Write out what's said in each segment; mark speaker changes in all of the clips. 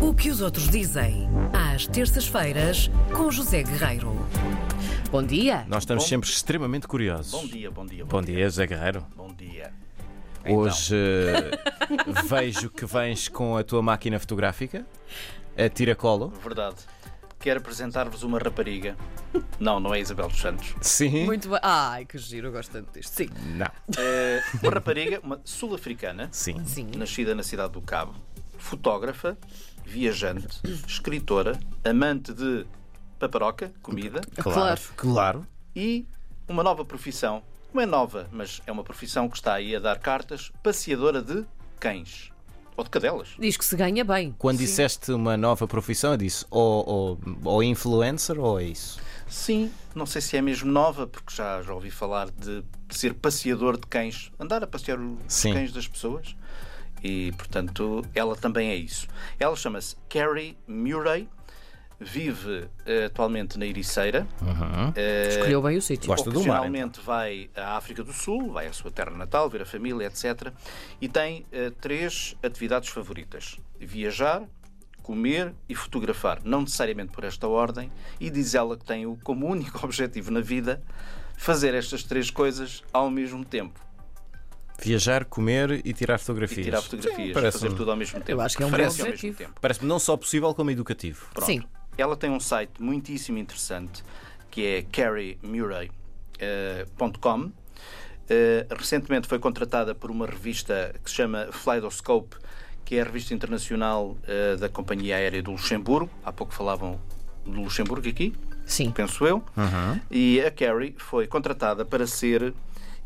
Speaker 1: O que os outros dizem, às terças-feiras, com José Guerreiro.
Speaker 2: Bom dia.
Speaker 3: Nós estamos
Speaker 4: Bom-
Speaker 3: sempre extremamente curiosos.
Speaker 4: Bom dia, Então. bom dia.
Speaker 3: Bom dia, Zé Guerreiro.
Speaker 4: Bom dia.
Speaker 3: Hoje eh, vejo que vens com a tua máquina fotográfica, a tiracolo.
Speaker 4: Verdade. Quero apresentar-vos uma rapariga. Não, não é Isabel dos Santos.
Speaker 3: Sim.
Speaker 2: Muito bem. Ai, que giro, eu gosto tanto disto. Sim,
Speaker 3: Não.
Speaker 4: Eh, uma rapariga, uma sul-africana,
Speaker 3: Sim.
Speaker 2: sim.
Speaker 4: nascida na cidade do Cabo, fotógrafa, viajante, escritora, amante de paparoca, comida
Speaker 2: Claro.
Speaker 3: Claro.
Speaker 4: e uma nova profissão. Não é nova, mas é uma profissão que está aí a dar cartas, passeadora de cães. Ou de cadelas.
Speaker 2: Diz que se ganha bem.
Speaker 3: Quando disseste uma nova profissão, eu disse ou, ou, ou influencer ou é isso.
Speaker 4: Sim, não sei se é mesmo nova, porque já, já ouvi falar de ser passeador de cães, andar a passear os
Speaker 3: Sim.
Speaker 4: cães das pessoas. E, portanto, ela também é isso. Ela chama-se Carrie Murray, vive eh, atualmente na Ericeira. Eh,
Speaker 2: Escolheu bem o sítio.
Speaker 3: Gosto. Gosta do mar, então.
Speaker 4: Ocasionalmente vai à África do Sul, vai à sua terra natal, ver a família, etc. E tem eh, três atividades favoritas: viajar, comer e fotografar. Não necessariamente por esta ordem. E diz ela que tem o como único objetivo na vida fazer estas três coisas ao mesmo tempo.
Speaker 3: Viajar, comer e tirar fotografias.
Speaker 4: E tirar fotografias,
Speaker 3: Sim, parece-me-
Speaker 4: fazer tudo ao mesmo tempo.
Speaker 2: acho que é um bom
Speaker 4: Referência ao
Speaker 2: objetivo.
Speaker 4: mesmo tempo.
Speaker 3: Parece-me não só possível como educativo.
Speaker 4: Pronto.
Speaker 2: Sim.
Speaker 4: Ela tem um site muitíssimo interessante que é eh, carriemuray.com. Eh, recentemente foi contratada por uma revista que se chama Flydoscope, que é a revista internacional eh, da Companhia Aérea do Luxemburgo. Há pouco falavam do Luxemburgo aqui,
Speaker 2: Sim.
Speaker 4: penso eu. E a Carrie foi contratada para ser,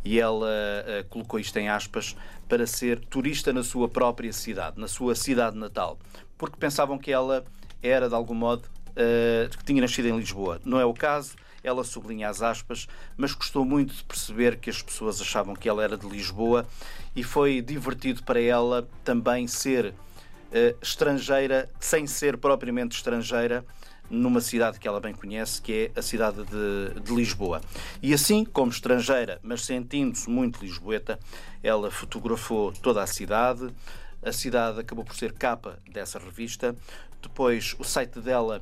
Speaker 4: e ela eh, colocou isto em aspas, para ser turista na sua própria cidade, na sua cidade natal. Porque pensavam que ela era, de algum modo, eh, que tinha nascido em Lisboa. Não é o caso. Ela sublinha as aspas, mas gostou muito de perceber que as pessoas achavam que ela era de Lisboa e foi divertido para ela também ser eh, estrangeira, sem ser propriamente estrangeira, numa cidade que ela bem conhece, que é a cidade de, de Lisboa. E assim, como estrangeira, mas sentindo-se muito lisboeta, ela fotografou toda a cidade. A cidade acabou por ser capa dessa revista. Depois, o site dela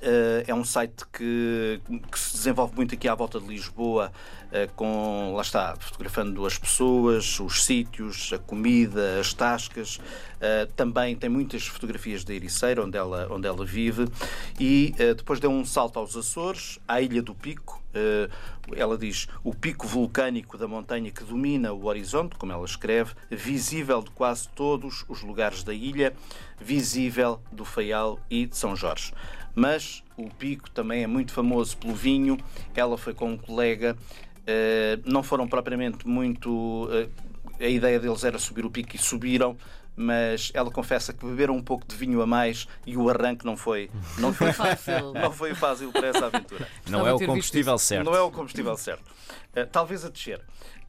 Speaker 4: eh, é um site que, que se desenvolve muito aqui à volta de Lisboa, eh, com, lá está, fotografando as pessoas, os sítios, a comida, as tascas. Eh, também tem muitas fotografias da Ericeira, onde ela, onde ela vive. E eh, depois deu um salto aos Açores, à Ilha do Pico. Eh, ela diz: o pico vulcânico da montanha que domina o horizonte, como ela escreve, visível de quase todos os lugares da ilha, visível do Faial e de São Jorge. Mas o pico também é muito famoso pelo vinho. Ela foi com um colega, eh, não foram propriamente muito. eh, a ideia deles era subir o pico e subiram, mas ela confessa que beberam um pouco de vinho a mais e o arranque não foi, não foi
Speaker 2: Fácil.
Speaker 4: Não foi fácil para essa aventura.
Speaker 3: Não é
Speaker 2: ter
Speaker 3: o
Speaker 2: visto
Speaker 3: combustível certo.
Speaker 4: Não é o combustível certo. Eh, talvez a descer.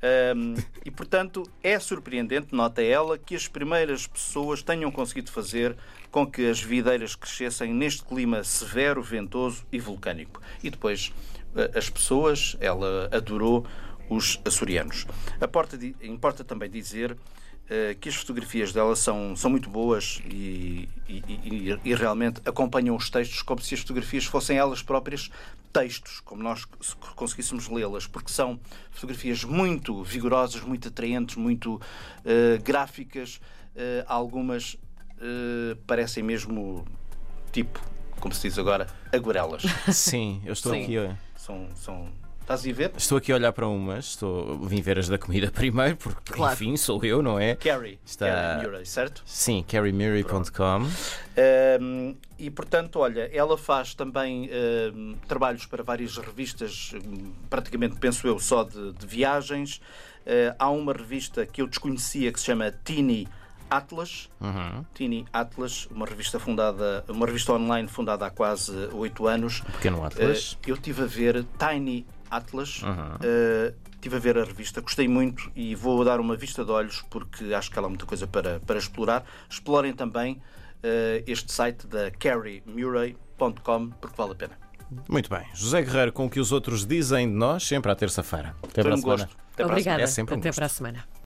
Speaker 4: Ahm, e, portanto, é surpreendente, nota ela, que as primeiras pessoas tenham conseguido fazer com que as videiras crescessem neste clima severo, ventoso e vulcânico. E depois, eh, as pessoas, ela adorou os açorianos. Aporta di- importa também dizer eh, que as fotografias dela são, são muito boas e, e- e- e realmente acompanham os textos como se as fotografias fossem elas próprias textos, como nós se conseguíssemos lê-las, porque são fotografias muito vigorosas, muito atraentes, muito eh, gráficas. Eh, algumas eh, parecem mesmo, tipo, como se diz agora, aguarelas.
Speaker 3: Sim, eu estou
Speaker 2: Sim.
Speaker 3: aqui. ó.
Speaker 4: são, são. Estás a ver?
Speaker 3: Estou aqui a olhar para umas, estou... vim ver as da comida primeiro, porque
Speaker 2: Claro.
Speaker 3: enfim, sou eu, não é?
Speaker 4: Carrie.
Speaker 3: Está-
Speaker 4: Carrie Murray, certo?
Speaker 3: Sim, carriemury.com.
Speaker 4: Um, e portanto, olha, ela faz também um, trabalhos para várias revistas, um, praticamente penso eu só de, de viagens. Uh, há uma revista que eu desconhecia que se chama Tini Atlas.
Speaker 3: Uhum.
Speaker 4: Tini Atlas, uma revista fundada, uma revista online fundada há quase oito anos.
Speaker 3: Um Pequeno Atlas.
Speaker 4: Eh, eu estive a ver Tiny Atlas, eh, estive a ver a revista, gostei muito e vou dar uma vista de olhos porque acho que ela há muita coisa para, para explorar. Explorem também eh, este site da carriemuray.com porque vale a pena.
Speaker 3: Muito bem. José Guerreiro, com o que os outros dizem de nós, sempre à terça-feira. Até
Speaker 4: Foi
Speaker 3: para a
Speaker 4: um
Speaker 3: semana.
Speaker 4: gosto. Até para a
Speaker 2: Obrigada.
Speaker 3: É sempre um
Speaker 2: Até
Speaker 3: gosto.
Speaker 2: para a semana.